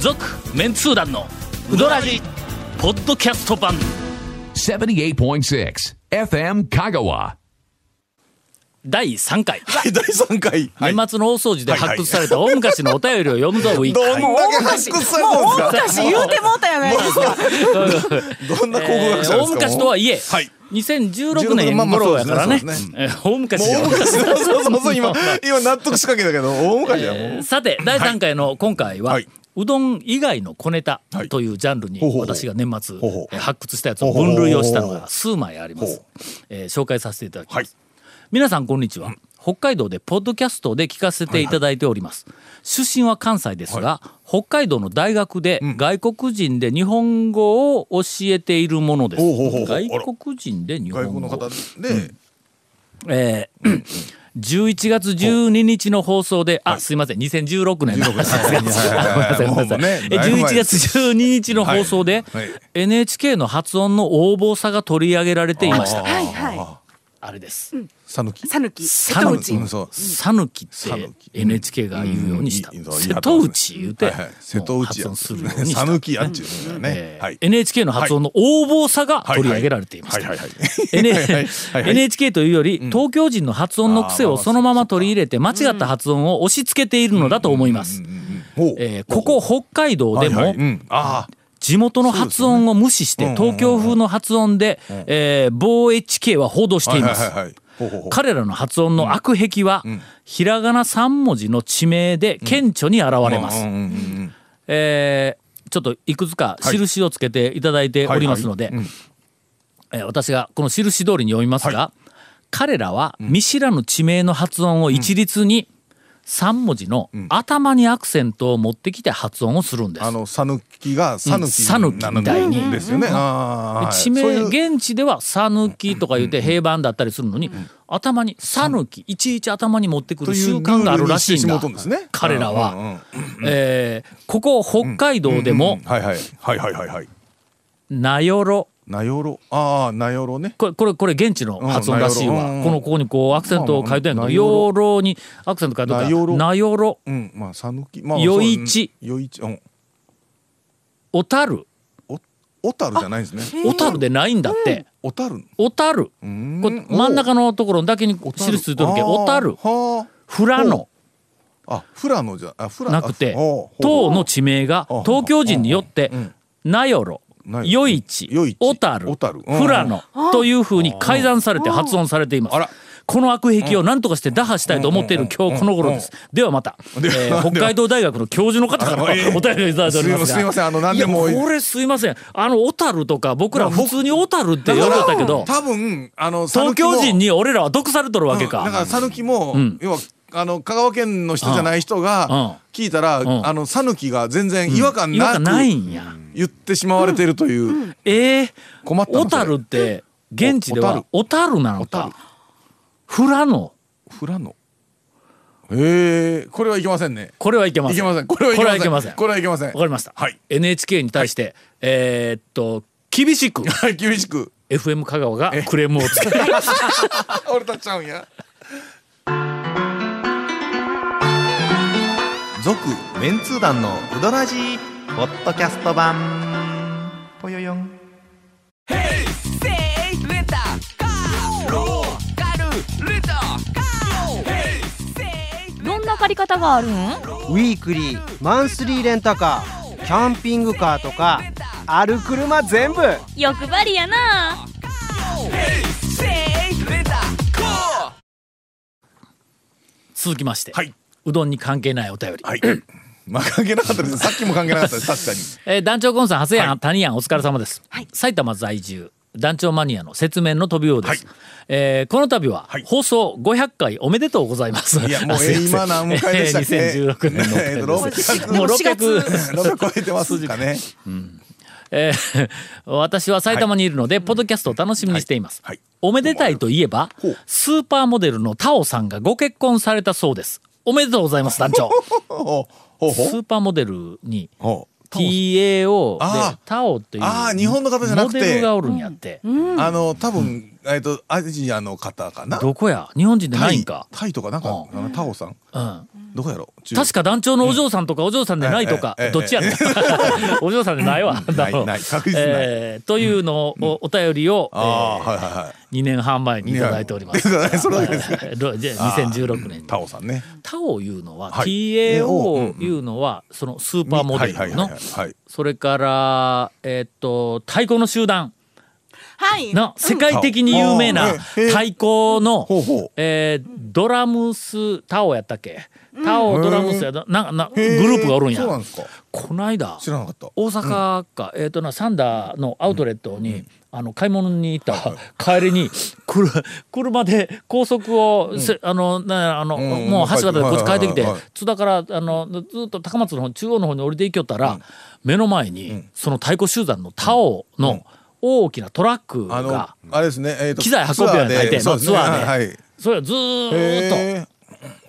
続メンツー団のウドラジポッドキャスト版78.6 FM Kagawa. 第3回はい、第3回。はい年末の大掃除で発掘さ れた大昔のお便りを読むぞウィークどんだけ発掘されたんで私言うてもうたやないですかすかどんな考古えー大学者ですか昔とはいえ、はい2016年頃やからねまあまあそうですねそうですえー 大昔もうよ 大昔そうそうそうそう、今、今納得しかけたけど、大昔やもう。さて第3回の今回は、はいはいうどん以外の小ネタはいというジャンルにほうほうほう私が年末ほうほうえー発掘したやつを分類をしたのほうほうほがう数枚ありますほえー紹介させていただきます、はい皆さんこんにちは北海道でポッドキャストで聞かせていただいております、出身は関西ですが、北海道の大学で外国人で日本語を教えているものです、ほうほうほうほうあら外国人で日外本語国の方で、えー11月12日の放送で、あ、すいません、2016年の。ごめんなさい、ごめんなさい。もうもうねえだいぶ前11月12日の放送ではいはい、 NHK の発音の横暴さが取り上げられていました。はいはあれです。さぬきい。さぬき瀬さ戸ぬ内きうんそうさぬきっさぬてき NHK が言うようにした。うんいい瀬戸内言うてはいはい、瀬戸内発や音すつるようにしさた。ぬきやっちゅうのがねえーはい NHK の発音の横暴さが取り上げられていましたはいはいはい N- はいはいはいはい NHK というより、東京人の発音の癖をそのまま取り入れて間違った発音を押し付けているのだと思います。ほうえーここ北海道ではいはもいうんあ地元の発音を無視してそうですね東京風の発音で、えー某 HK は報道しあてはいいはまいす。はいはいほうほうほう彼らの発音の悪癖は、ひらがな3文字の地名で顕著に現れます。うんうんうんうんえーちょっといくつか印をつけていただいておりますので、えー私がこの印通りに読みますが、彼らは見知らぬ地名の発音を一律に3文字の頭にアクセントを持ってきて発音をするんですあ。のさぬきがさぬきなのさぬきみたいにですよねあーはい地そう名いう現地では「さぬき」とか言って平板だったりするのに頭に「さぬき」いちいち頭に持ってくる習慣があるらしいんだというルールにしてしもうとんですね彼らうはん、えーここ北海道でもはいはいはいはいはいはい「名寄」なよろああなよろねこれこれこれ現地の発音らしいわ、うんこのここにこうアクセントを変えてんやけど「うん養老」にアクセント変えとくか名寄ら「名寄」うんまあさぬきまあよいちそうよいちうん「小樽」お小樽じゃないですね「小樽」でないんだって小樽「小樽」これん真ん中のところだけに印ついとるけん「小樽」は「富良野」ああ富良野じゃあ富良なくてあほう党の地名がほう東京人によってん名寄名寄余市余市小樽小樽うん富良野というふうに改ざんされて発音されていまあすら。この悪癖を何とかして打破したいと思っている今日この頃です。ではまた、えではでーは北海道大学の教授の方からおあええ便りをいただいておりますが。すいませんすいませんあの何でもいやこれすいません。あの小樽とか僕ら普通に小樽って呼んでたけど、多分あの東京人にに俺らは毒されとるわけだかか。ら讃岐も、要はあの香川県の人じゃない人がう聞いたら、んあの讃岐が全然違和感今ながくないんや。言ってしまわれてるという、ええ困ったな小樽って現地では小樽なのか富良野富良野へえこれはいけませんねこれはいけませんいけませんこれはいけませんこれはいけませんわかりました、はい NHK に対して、えーっと厳し くはい厳しく FM 香川がクレームをつ けたあ俺たちゃうんや続メンツー団のウドラジーポッドキャスト版ぽよよんどんな借り方があるんウィークリーマンスリーレンタカーキャンピングカーとかある車全部欲張りやな続きまして、はいうどんに関係ないお便り、はい まあ関係なかった ですさっきも関係なかったです確かにえー団長コンさん長谷は谷谷やんお疲れ様です、はい埼玉在住団長マニアの説明の飛びようです、はいえーこの度ははい放送500回おめでとうございますいやもうあすいません今何回でしたっ けえー2016年のお便りですえーともう4月600 600超えてますか ねえー 私は埼玉にいるので、ポッドキャストを楽しみにしています、はいはいおめでたいといえばほうスーパーモデルのタオさんがご結婚されたそうですおめでとうございます団長 ほうほうスほうーパーモデルにほう TAO あでータオっていうあー日本の方じゃなくてモデルがおるんやって、あの多分えっとアジアの方かなどこや日本人でないんかタイタイとかなんかうあのタオさんうんどこやろ中確か団長のお嬢さんとかお嬢さんでないとかええええ、どっちやねん お嬢さんでないわ。だろう ないない確実ないえーというのを、おお便りを、えああ、ーはいはいはい。 2年半前にいただいております。いやそれだけですね。 ろじゃあ2016年にタオさんね。タオいうのは、はい TAO いうのはそのスーパーモデはいルはいはいのはいはいそれからえっと太鼓の集団はい。の世界的に有名なうんあーええ太鼓のほうほうえードラムスタオやったっけタオドラムスやなななグループがおるんへえそうなやんですか。こないだ知らなかった。大阪か、えっ、となサンダーのアウトレットに、あの買い物に行ったら、帰りにくる車で高速をせ、あのなんやあの、んうんもう橋渡でこっち帰ってきて、はいはいはいはい津田からあのずっと高松の方中央の方に降りていきよったら、目の前に、その太鼓集団のタオの大きなトラックが、あの、あれですね。えーと機材運ぶように書いてツアーでツアーではい。それはずーっへーと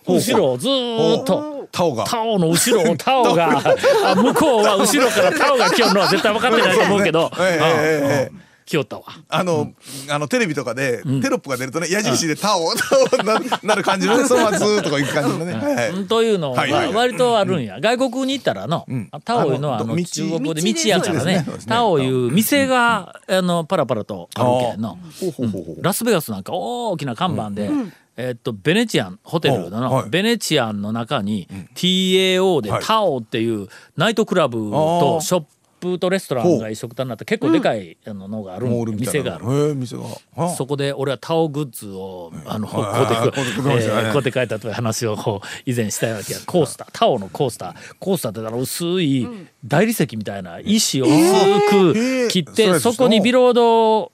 後ろをずーっと。タオが。タオの後ろをタオがあ向こうは後ろからタオが来よるのは絶対分かってないと思うけどええええええうん来よったわあの、あのテレビとかで、テロップが出るとね、矢印でタオ、 タオななる感じのね、そのままずーっとこう行く感じのね。はいはいというのははいはい割とあるんや、外国に行ったらの、んタオいうのはああのの道中国語で道道やからねそうですねタオいう店が、あのパラパラとあるけどのほうほうほうほう。ラスベガスなんか大きな看板で、えっとベネチアンホテルの、おはいベネチアンの中に TAO ではいタオっていうナイトクラブとショップとレストランが一緒くたになった結構でかいあののがあるんモーでルみた店いがあなるの。へえ、店が。あそこで俺はタオグッズをあのこうはいはいでこうえでこうではいーこうで書いたという話をこう以前したような気がコースタータオのコースターコースターってあの薄い大理石みたいな石を薄えくー切っえーてそれそこにビロー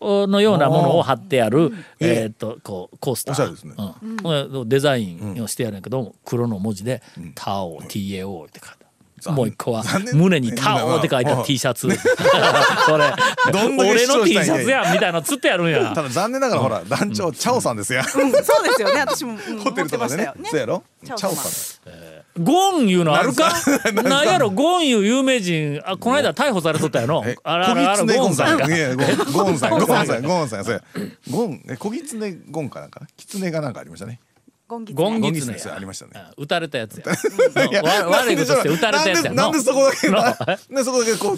ドのようなものをあー貼ってあるええーっとこうコースタおしゃれですねーうんうんデザインをしてやるんやけど黒の文字で「タオ TAO」って書いてある。もう一個は残念胸に「タオ」って書いた T シャツ それどんだけ俺の主張 T しシたんやャツやみたいなのつってやるんやただ残念ながらほら、団長、チャオさんですよ。そうですよね。私も、うんホテルとかでね持ってま。そしうたよやろチチャャオオささんん。ゴンいうのあるか なんやろゴンいう有名人あこの間逮捕されとったやろえあらあらあら小狐ゴンさんかいやいやゴンゴンさん、ゴンさん、ゴンさん、そうや。ゴン、え、小狐ゴンかなんかな、狐がなんかありましたね。ゴンギツネゴンギツゴンネギツネありましたね撃たれたや つやいやわ悪いことして撃たれたやつやなんでなんでそこだけ、のななんでそこだけこう。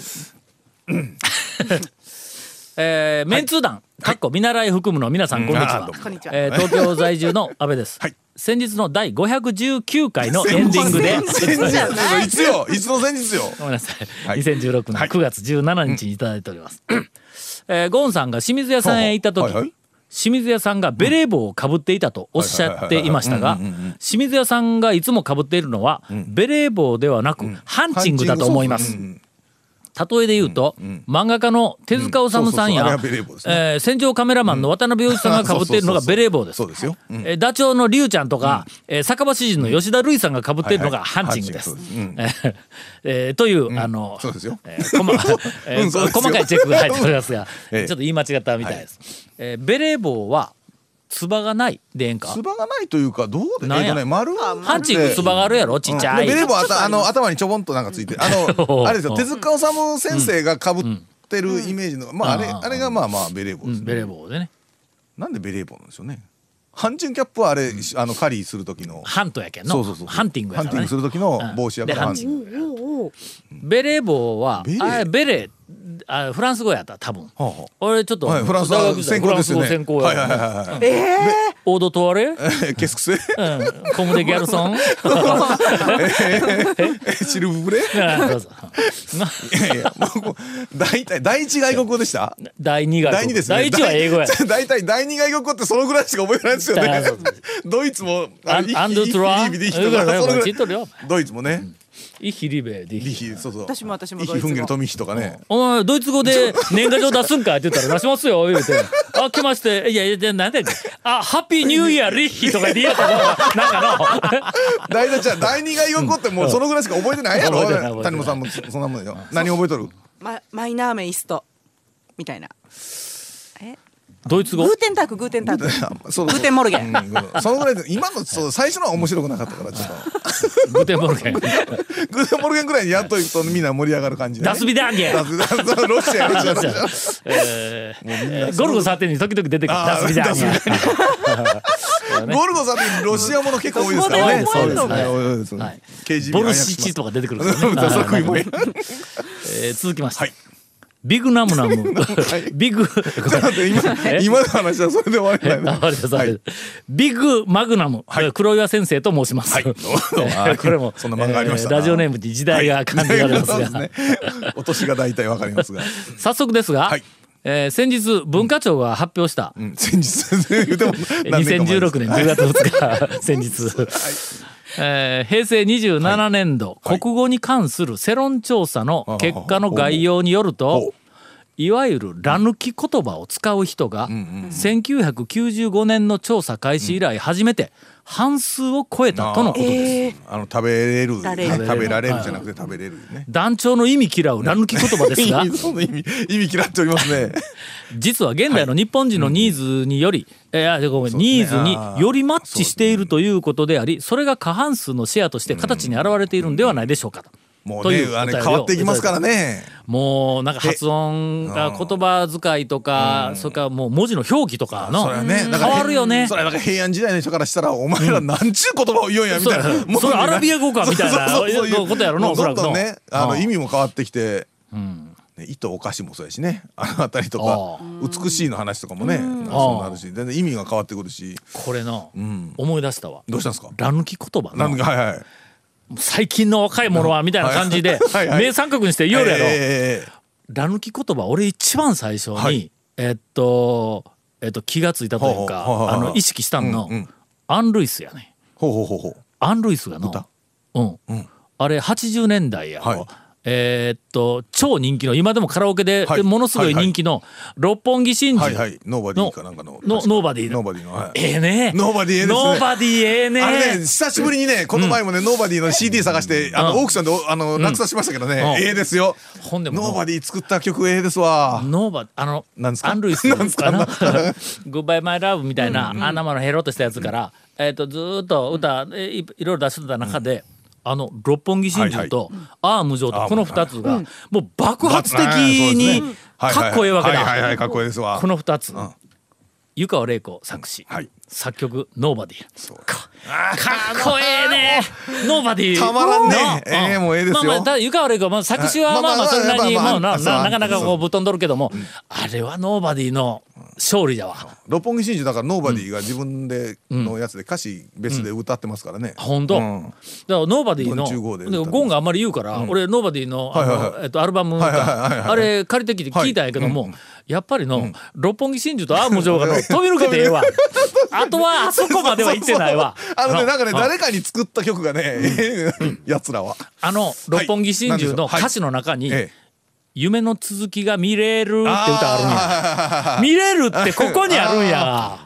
えーメンツー団、かっこ見習い含むの皆さんこんにちあーはどうもこんにちはえー東京在住の阿部です、はい先日の第519回のエンディングで先日じゃないいつよ、いつの前日よ。ごめんなさい。はい2016年9月17日にいただいております。えーゴンさんが清水屋さんへ行った時、はいはい清水屋さんがベレー帽をかぶっていたとおっしゃっていましたが、清水屋さんがいつもかぶっているのは、ベレー帽ではなく、ハンチングだと思いますうん。うん例えで言うと、漫画家の手塚治虫さんや、うんそうそうそうあれはベレー帽ですねえー戦場カメラマンの渡辺陽一さん がかぶっているのがベレー帽ですそう。ですよ。うんえーダチョウのリュウちゃんとか、えー酒場詩人の吉田類さんがかぶっているのがはハいンはいチングですハンチン。 えーという、あの、そうですよえーこまえー うんそうですよ細かいチェックが入っておりますが、ええちょっと言い間違ったみたいです。えーベレー帽は、つばがないでええんかつ。ばがないというか、どうで、なんやえっとね、丸。ハンチングつばがあるやろ、ちっちゃい。でベレー帽あたあの頭にちょぼんとなんかついてるあおうのあれですおよう手塚治虫先生がかぶってるイメージの、まああれうんあれがまあまあベレー帽うです、んねベレー帽でね。なんでベレー帽なんでしょうねハンチングキャップはあれ、あの狩りする時のハントやけんの。そうそうそうハンティングやから、ね。ハンティングする時の帽子やからうんでハンチングベレー帽は、ベレーあれベレーあ、フランス語やった、多分。はあは俺ちょっと、はいフランスは大学時代専攻ですよねフランス語専攻や。はいはいはいはいはいオードトワレえケスクスえうんコムデギャルソン うんえ シルブブレどうぞないやいやもうこう大体第一外国語でした第2が第二ですね第1は英語や第 大体第二外国語ってそのぐらいしか覚えられないです よだねそうでドイツもア あンのアンドゥトライヒリビリヒとかうんそのぐらい知っとるよドイツもね、イヒリベディリヒそうそう私も私もイヒフンゲルトミヒとかねお前ドイツ語で年賀状出すんかって言ったら出しますよ言うて「あ来ましていやいやでなんだっけあハッピーニューイヤーリッヒ」とか言って言えたのなんかの 大体じゃあ第二外国語ってもうそのぐらいしか覚えてないや覚えてない覚えてないろ谷本さんもそそんなもんだよ何覚えとるママイナーメイストみたいな。え、ドイツグ語ーテンタークグーテンタークそうグーテンモルゲンうんうんそのぐらいで今のそう最初のは面白くなかったからちょっグテンボルゲンとグーテンモルゲンぐらいにやっといくとみんな盛り上がる感じねダスビダンゲンダスビダンそうロシアロシアロシアえーゴルゴ13に時々出てくるダスビダンゲンゴルゴさんってロシアもの結構多いですからね。そこで覚えんのかいそうですねはい KGB ボルシチとか出てくるからね そうそう食い物えー続きまして、はいビグナムナムいビ グだって今 え今の話はそれで終わりだよ ね。あありがとうございますビッグマグナム、黒岩先生と申します。はいどうも えーはいこれもそんな漫画ありましえたーラジオネームに時代が感じられますそうが、です ね。お年が大体わかりま すが。早速ですが、はいえー先日文化庁が発表した、うん先日言うても 何年か前です2016年10月2日先日、えー平成27年度、はい国語に関する世論調査の結果の概要によるほうほといわゆる「ら抜き言葉」を使う人が1995年の調査開始以来初めて半数を超えたとのことです。えーあの食べれるられる食べられるじゃなくて食べれるね。団長の意味嫌うら抜き言葉ですがそ の意味意味嫌っておりますね。実は現代の日本人のニーズにより、えーあごめん、ニーズによりマッチしているということでありそれが過半数のシェアとして形に現れているんではないでしょうかと。もうといねうお便りをあれ変わっていきますからね。もうなんか発音がえ言葉遣いとかそれからもう文字の表記とかのそれはね、だ変わるよね。それはなんか平安時代の人からしたら、お前らなんちゅう言葉を言うんやみそうたいやな。もうねそれアラビア語かみたいなそうそうそうそうことやろなもうおそらくのどんどんね、あうのん意味も変わってきて。ね糸お菓子もそうやしね、あのあたりとあ、か美しいの話とかもね、なんかそうなるし、全然意味が変わってくるし。これの思い出したわ。どうしたんですか。ラヌキ言葉なのんか、はいはい。最近の若い者はみたいな感じではいはい名三角にして言うやろ。ええラヌキ言葉俺一番最初に、はいえっと、えっと、気がついたというかほうほうほうほあうの意識したんの、うんうんアン・ルイスやねほうほうほうほう。アン・ルイスがの歌、うんうんあれ80年代やろ、はいえっと超人気の今でもカラオケで、はいものすごい人気の「六本木真珠」はいはい、ノーバディかなんかの。のノーバディノーバディの。はいええねノーバディええですねノーバディええねあれね、久しぶりにね、この前もね、ノーバディの CD 探して、あうんの、オークションで、おあの、落札しましたけどねん、ええですよ。ほんでもノーバディ作った曲、ええですわ。ノーバあのなんですかアン・ルイスなんですかな 「グッバイ・マイ・ラブ」みたいな、あんなものヘロっとしたやつから、えー、とずーっと歌えいいろいろ出してた中で、あの「六本木真珠」と「アーム上」とこの2つが、もう爆発的にかっこええわけはいはいはいはだい、かっこええですわこ。の2つ、ん湯川玲子作詞、はい作曲「ノーバディ」そうかかっこええねノーバディたまらんねなええんもうええですよまあまあただ湯川あれかまあ作詞ははいまあまあまあそれなりにまあまあもうなまあなまあなかなかそこううぶっ飛んどるけどもあれはノーバディの勝利だわ六本木真珠だからノーバディが自分でのやつで歌詞別で歌ってますからね。ほんとだうんからノーバディの45で歌ってでますゴンがあんまり言うから俺ノーバディのあはいはいのえっとアルバムはいはいはいはいかあれ借りてきて聞いたんやけどもやっぱりの六本木真珠とアーム城がの飛び抜けてえ えわあとはあそこまでは行ってないわそうそうそうあのね、なんかね、あ誰かに作った曲がね、やつらは。あの六本木真珠のはい歌詞の中にええ夢の続きが見れるって歌ああるんや。見れるってここにあるんや。ー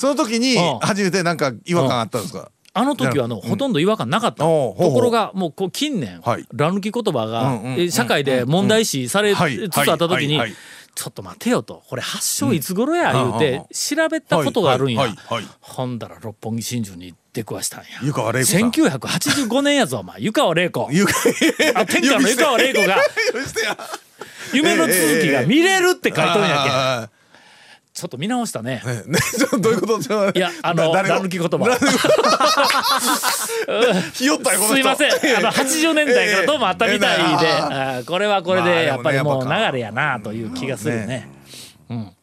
その時にうん、初めてなんか違和感あったんですかあの時はの、ほとんど違和感なかったのおうほうほうところがもうこう近年、はいラヌキ言葉が、うんうんえ社会で問題視されつはいつあった時に、はいはいはいちょっと待てよとこれ発祥いつ頃や言ううんはあてはあ調べたことがあるんや、はいはいはいはいほんだら六本木真珠に出くわしたんや湯川玲子さん1985年やぞお前湯川玲 子ゆかあ天下の湯川玲子がしてや。夢の続きが見れるって書いとんやけん、あちょっと見直したねーね、ちょっとどういうことじゃいやあの誰がラヌキ言葉ひよったよ、この人すいません。あの80年代からどうもあったみたいで、ええええええあーこれはこれまあでやっぱりでももう流ねやっぱかれやなという気がするね。ね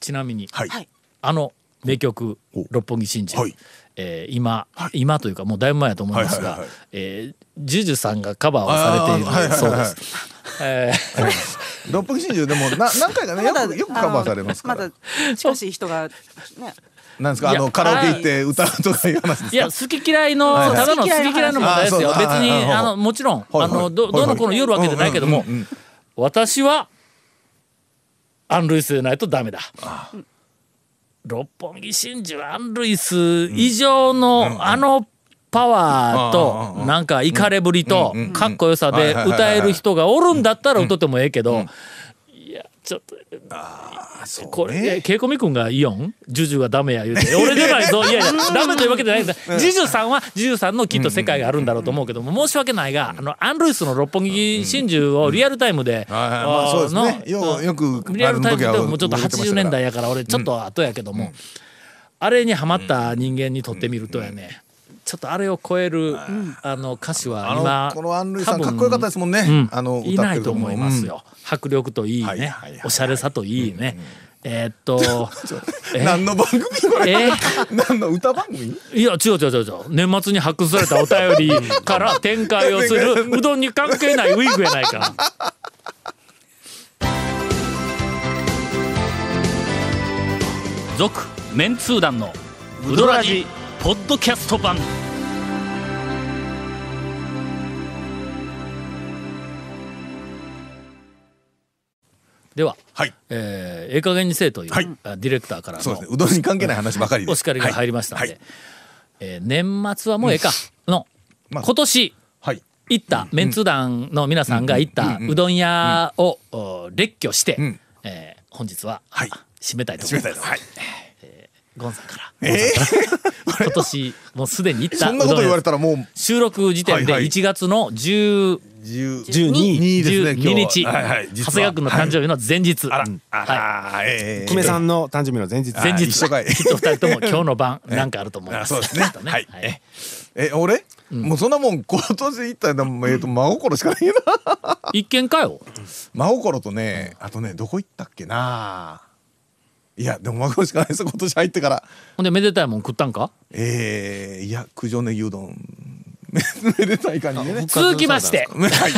ちなみに、はい。はいあの名曲お「六本木真珠」はいえー今、今というかもうだいぶ前やと思いますが、はいはいはいえージュジュさんがカバーをされているあーはいはいそうはいではいす。えー六本木真珠でもな何回かねよくよくカバーされますかまらだ。近しい人がねなんですかあいやのカラオケ行って歌うとかいう話ですいや好き嫌いのはいただの好き嫌いの問題ですよ別あそうだはいにはいあのもちろんはいあはいのどはいはどいの子の言うわけじゃないけどもうんうんうん私はアン・ルイスでないとダメだ六本木真珠アン・ルイス以上のあのパワーとなんかイカれぶりとうんうんうんかっこよさはでいはいはいはい歌える人がおるんだったら歌ってもええけどいやちょっとこれ、えケイコミ君がイオンジュジュがダメや言う て俺じゃないぞいやいやダメというわけじゃないんだジュジュさんはジュジュさんのきっと世界があるんだろうと思うけども申し訳ないがあのアン・ルイスの六本木真珠をリアルタイムで、はいはいまあそうですねようよくリアルタイムであの時はもうちょっと売れてましたから80年代やから俺ちょっと後やけども、あれにハマった人間にとってみるとやね、ちょっとあれを超える、あの歌詞は今あのこのアン・ルイさん多分かっこよかったですもんね、うんあの歌っているないのと思いますよ、迫力といいね、はいはいはいおしゃれさといいね、えーっ とうん何の番組これ、え何の歌番組いや違う違う違う違う年末に発掘されたお便りから展開をする うどんに関係ないウィークやないか続メンツー団のウドラジポッドキャスト版では、はいえー、ええ加減にせえという、はいあディレクターからのそうですねうどんに関係ない話ばかりでお叱りが入りましたので、はいえー年末はもうええかの、まあ今年はい行ったメンツ団の皆さんが行ったうどん屋を、お列挙して、んえー本日は、はい締めたいと締思めいたまいすと。はいゴンさんからえ 今年もうすでに行った そんなこうどんと屋言われたらもう収録時点ではいはい1月の10 12 12 2ですね12今日日、ははいはい長実谷は川君の誕生日の前日、あらうんあはいら、はい、え久米さんの誕生日の前日前日一緒かいきっと二人とも今日の 晩なんかあると思いまあす。そうですねきっとはいえ俺、もうそんなもん今年行ったらもうえっと真心しかないよな一見かよ。真心とねあとねどこ行ったっけないやでも真心しかないです今年入ってからほんでめでたいもん食ったんか。えー、いや九条ネギうどん めめでたい感じでね続きま して。はいはい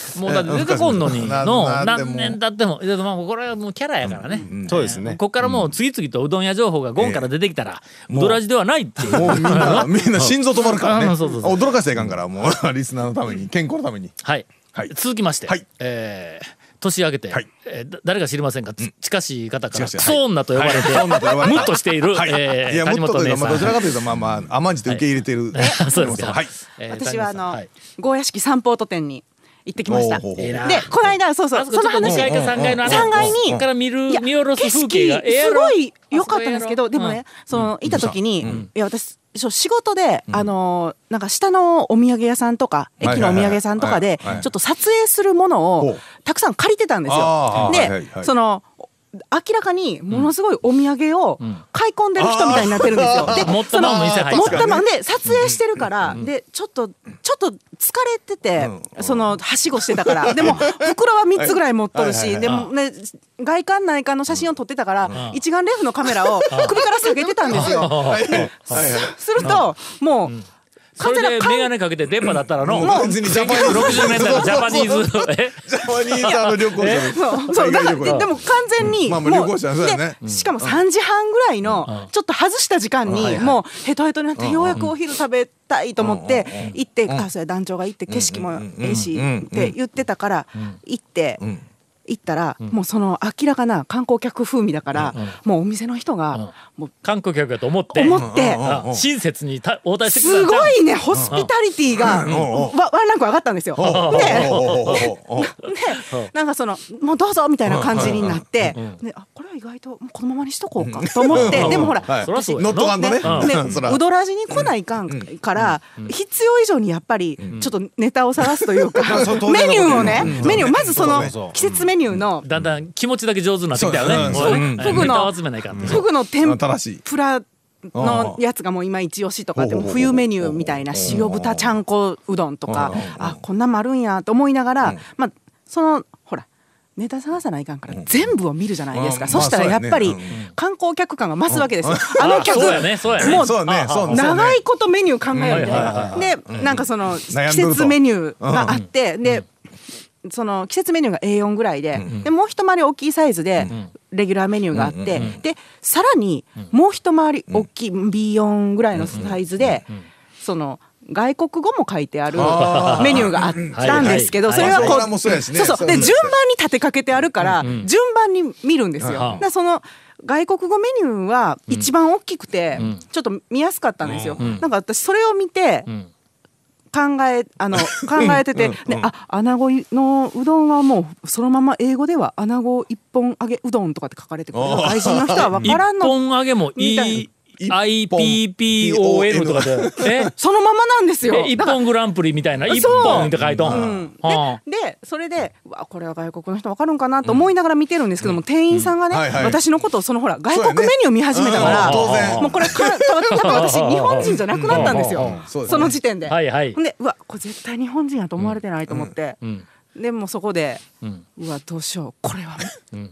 もうだって出てこんのになのなでも何年経ってもでまあこれはもうキャラやからね、そうですねここからもう次々とうどん屋情報がゴンから出てきたら、ドラジではないっていうもうみん なみんな心臓止まるからねあ そうそうそう驚かせていかんからもう リスナーのために健康のためにはい、はい続きまして、はいえー年明けて、はいえーだ誰か知りませんが、つ近しい方から近しいクソ女と呼ばれて、はい女と呼ばれてムッとしている、はい、えーいやもっ谷と本という姉か、さんまあ、どちらかというとまあまあ甘んじて受け入れてる、あ そうですか はいえー私は谷本さあんのはいゴーヤ式三宝都店に行ってきましほうた。ほうほうええでなこの間そうそうあそそこちのょっと話2階か3階のあの3階にここから見るいや見下ろす景風景が色ええやすろごい良かったんですけあどそでこもええやねろそのいた時にいや私そう仕事であのなんか下のお土産屋さんとかはいはい駅のお土産屋さんとかではいはいちょっと撮影するものほをうたくさん借りてたんですあよ。ーはいはいはでいその明らかにものすごいお土産をん買い込んでる人みたいになってるんですよ。でうん持ったそのまんま店入って持ったまんで撮影してるから、でちょっとちょっと疲れてて、そのはしごしてたからでも袋は3つぐらい持っとるし、はいはいでもね外観内観の写真を撮ってたから、ん一眼レフのカメラを首から下げてたんですよ。はいはいすると、もう、そカメれで眼ラカメ鏡かけて電波だったらのもう別にジャパニーズ60年代 のジャパニーズえジャパニーズあの旅行者そうそうだか海外ら旅行ででも完全にまあもまあ旅行者はそうだよねでしかも3時半ぐらいのちょっと外した時間にもうヘトヘトになってようやくお昼食べたいと思って行ってあそれ団長が行って景色もええしって言ってたから行って。行ったら、もうその明らかな観光客風味だから、もうお店の人が、もう観光客やと思って思って、あ親切にた応対してくれたすんちゃうごいねホスピタリティがんうんわワンランク上がったんですよ。でおーでなんかその「もうどうぞ」みたいな感じになってであこれは意外ともうこのままにしとこうか と思ってでもほらはいそらそうやノットワンドねねうんねうんそらうどらじに来ないかんから必要以上にやっぱりちょっとネタを探すという かメニューをねメニューまずその季節メニューのだんだん気持ちだけ上手になってきたよね。そもうねうそううんネタを集めないかんねフグの天新しいぷらのやつがもう今一押しとかでも冬メニューみたいな塩豚ちゃんこうどんとかあこんなんもあるんやと思いながらまあそのほらネタ探さないかんから全部を見るじゃないですうかんそしたらまあやっぱそりうやね観光客感が増すわけですよあの客そうやねそうやねもそうねそうねう長いことメニュー考えるみたいなでなんかその季節メニューがあってでその季節メニューが A4 ぐらいで,、でもう一回り大きいサイズでレギュラーメニューがあって、でさらにもう一回り大きい B4 ぐらいのサイズで、その外国語も書いてあるあーメニューがあったんですけど、はいそれはまあそこれう、もそうやしねそうそうで順番に立てかけてあるから、順番に見るんですよ。はあだからその外国語メニューは一番大きくて、ちょっと見やすかったんですよ。なんか私それを見て、ん考え あの考えてて、ねあ穴子のうどんはもうそのまま英語では穴子一本揚げうどんとかって書かれてくる外人の人は分一からんの本上げもみたい EIPPON とかでえそのままなんですよえ一だから本グランプリみたいな一そう本って書いとん、うんはあでそれでうわこれは外国の人分かるんかなと思いながら見てるんですけども、店員さんがね、うんはいはい私のことをそのほら外そうやね国メニュー見始めたから、うん当然もうこれから多分私日本人じゃなくなったんですよ、そうですねその時点で。はいはいほんでうわこれ絶対日本人やと思われてないと思って、でもうそこで、うわどうしようこれは、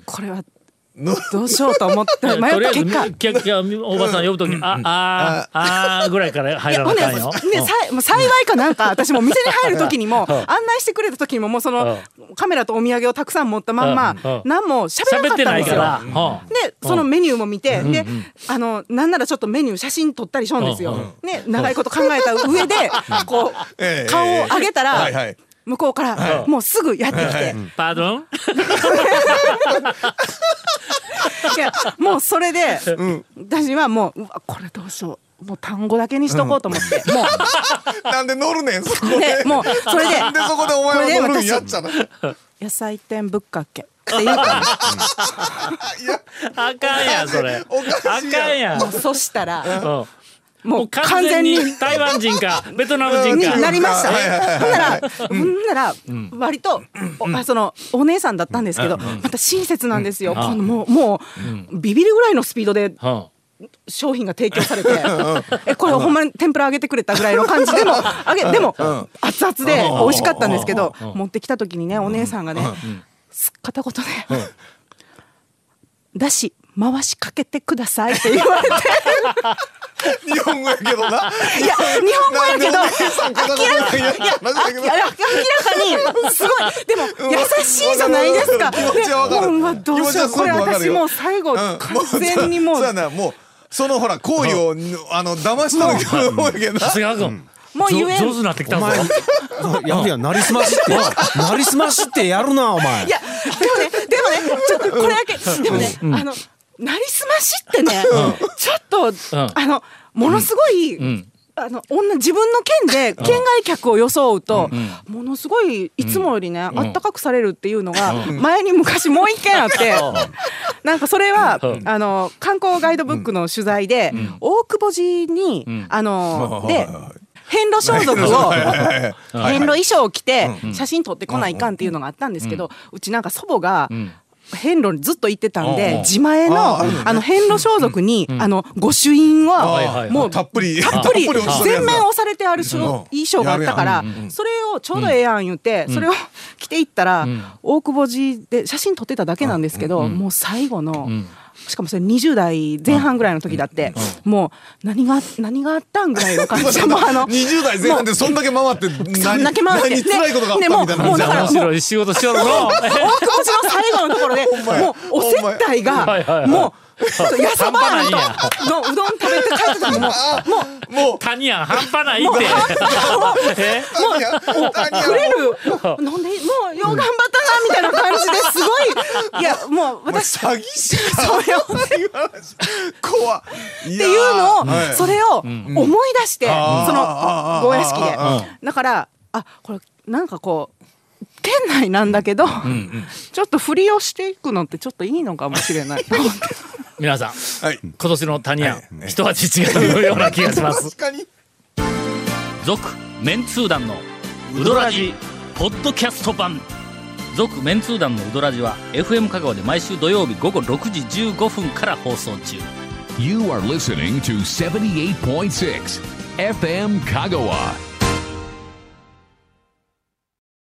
これはどうしようと思って迷とりっあたえず結果。キャッキャおばさん呼ぶとき、ああああぐらいから入らなあほんで かんねよ。さいもう幸いかなんか私もう店に入る時にも案内してくれた時にももうそのカメラとお土産をたくさん持ったまんうんうんま何も喋ら喋なかっってたなんいかですよ。ら。はあでそのメニューも見て、であのなんならちょっとメニュー写真撮ったりしょんですよ、うんうね、長いこと考えた上でこうええ顔を上げたら、はいはい向こうから、もうすぐやってきて、いパードンやもうそれで、私はもううわこれどうしようもう単語だけにしとこうと思って、もなんで乗るねん、そこで。うねもうそれでなんでそこでおこ前れはで乗るん私やっちゃな。野菜店ぶっかけって言うからあかんやんそれ。おかあしいかんややん。もうそしたらうんももうう完完全全にに台湾人かベトナム人にか。なりましたはいはいはいほんならほんなら割とおあそのお姉さんだったんですけどまた親切なんですよこのもうもうビビるぐらいのスピードでは商品が提供されてえこれほんまに天ぷら揚げてくれたぐらいの感じでも揚げでも熱々で美味しかったんですけど持ってきた時にねお姉さんがねすっ片言で「だし回しかけてください」って言わ れて日本語やけどな。いや日本語やけどなんでお姉さん片言なんやって話だけいどや明らかにすごいでも優しいじゃないですか気持ちはわかるでもうわどうしよう気持ちはこれすごくわかる私よもう最後うん完全にもうそうやな、もう、そのほら、行為を、あの、騙したのけど、やけどあ。な長。谷川君。もう言えん上手になってきたぞ。やるやんなりすましってなりすましってやるなお前いやでもねでもねちょっとこれだけでもねあのなりすましってねちょっとんあのものすごいんあの女自分の県で県外客を装うとものすごいいつもよりねあったかくされるっていうのが前に昔もう一件あってなんかそれはうんあの観光ガイドブックの取材で大久保寺にあので遍路装束を遍路衣装を着て写真撮ってこないかんっていうのがあったんですけどうちなんか祖母が遍路にずっと行ってたんうんで自前のあああるよねあの遍路装束にあの御朱印はいはいははいもうたっぷり、たっぷり押しとるや全つだ面押されてあるしょ衣装があったからそれをちょうどええやん言うてそれを着ていったら大久保寺で写真撮ってただけなんですけどもう最後の。しかもそれ20代前半ぐらいの時だって、もう何が何があったんぐらいの感 じでもうあの20代前半でそんだけ回って、そんだけ回って何辛いことがあっねたみたいなね感もうじだや面なから白い仕事しよるの。大久保寺の最後のところでもうお接待はいはいはがいもうやさば半端ないんやのうどん食べて帰ってたのももうも谷やん半端ないって。えう、もう、くれるなんでもうよう頑張ったなみたいな感じですごいいやもう私詐欺師かそれをっ怖ってていうのをそれれを思い出してそあーのゴーヤ式あーあでだからあこれなんかこう県内なんだけどちょっと振りをしていくのってちょっといいのかもしれない皆さんはい今年の谷やん一味違うような気がします。確かに続メンツー団のウドラジポッドキャスト版続メンツー団のウドラジは FM 香川で毎週土曜日午後6時15分から放送中 You are listening to 78.6 FM Kagawa.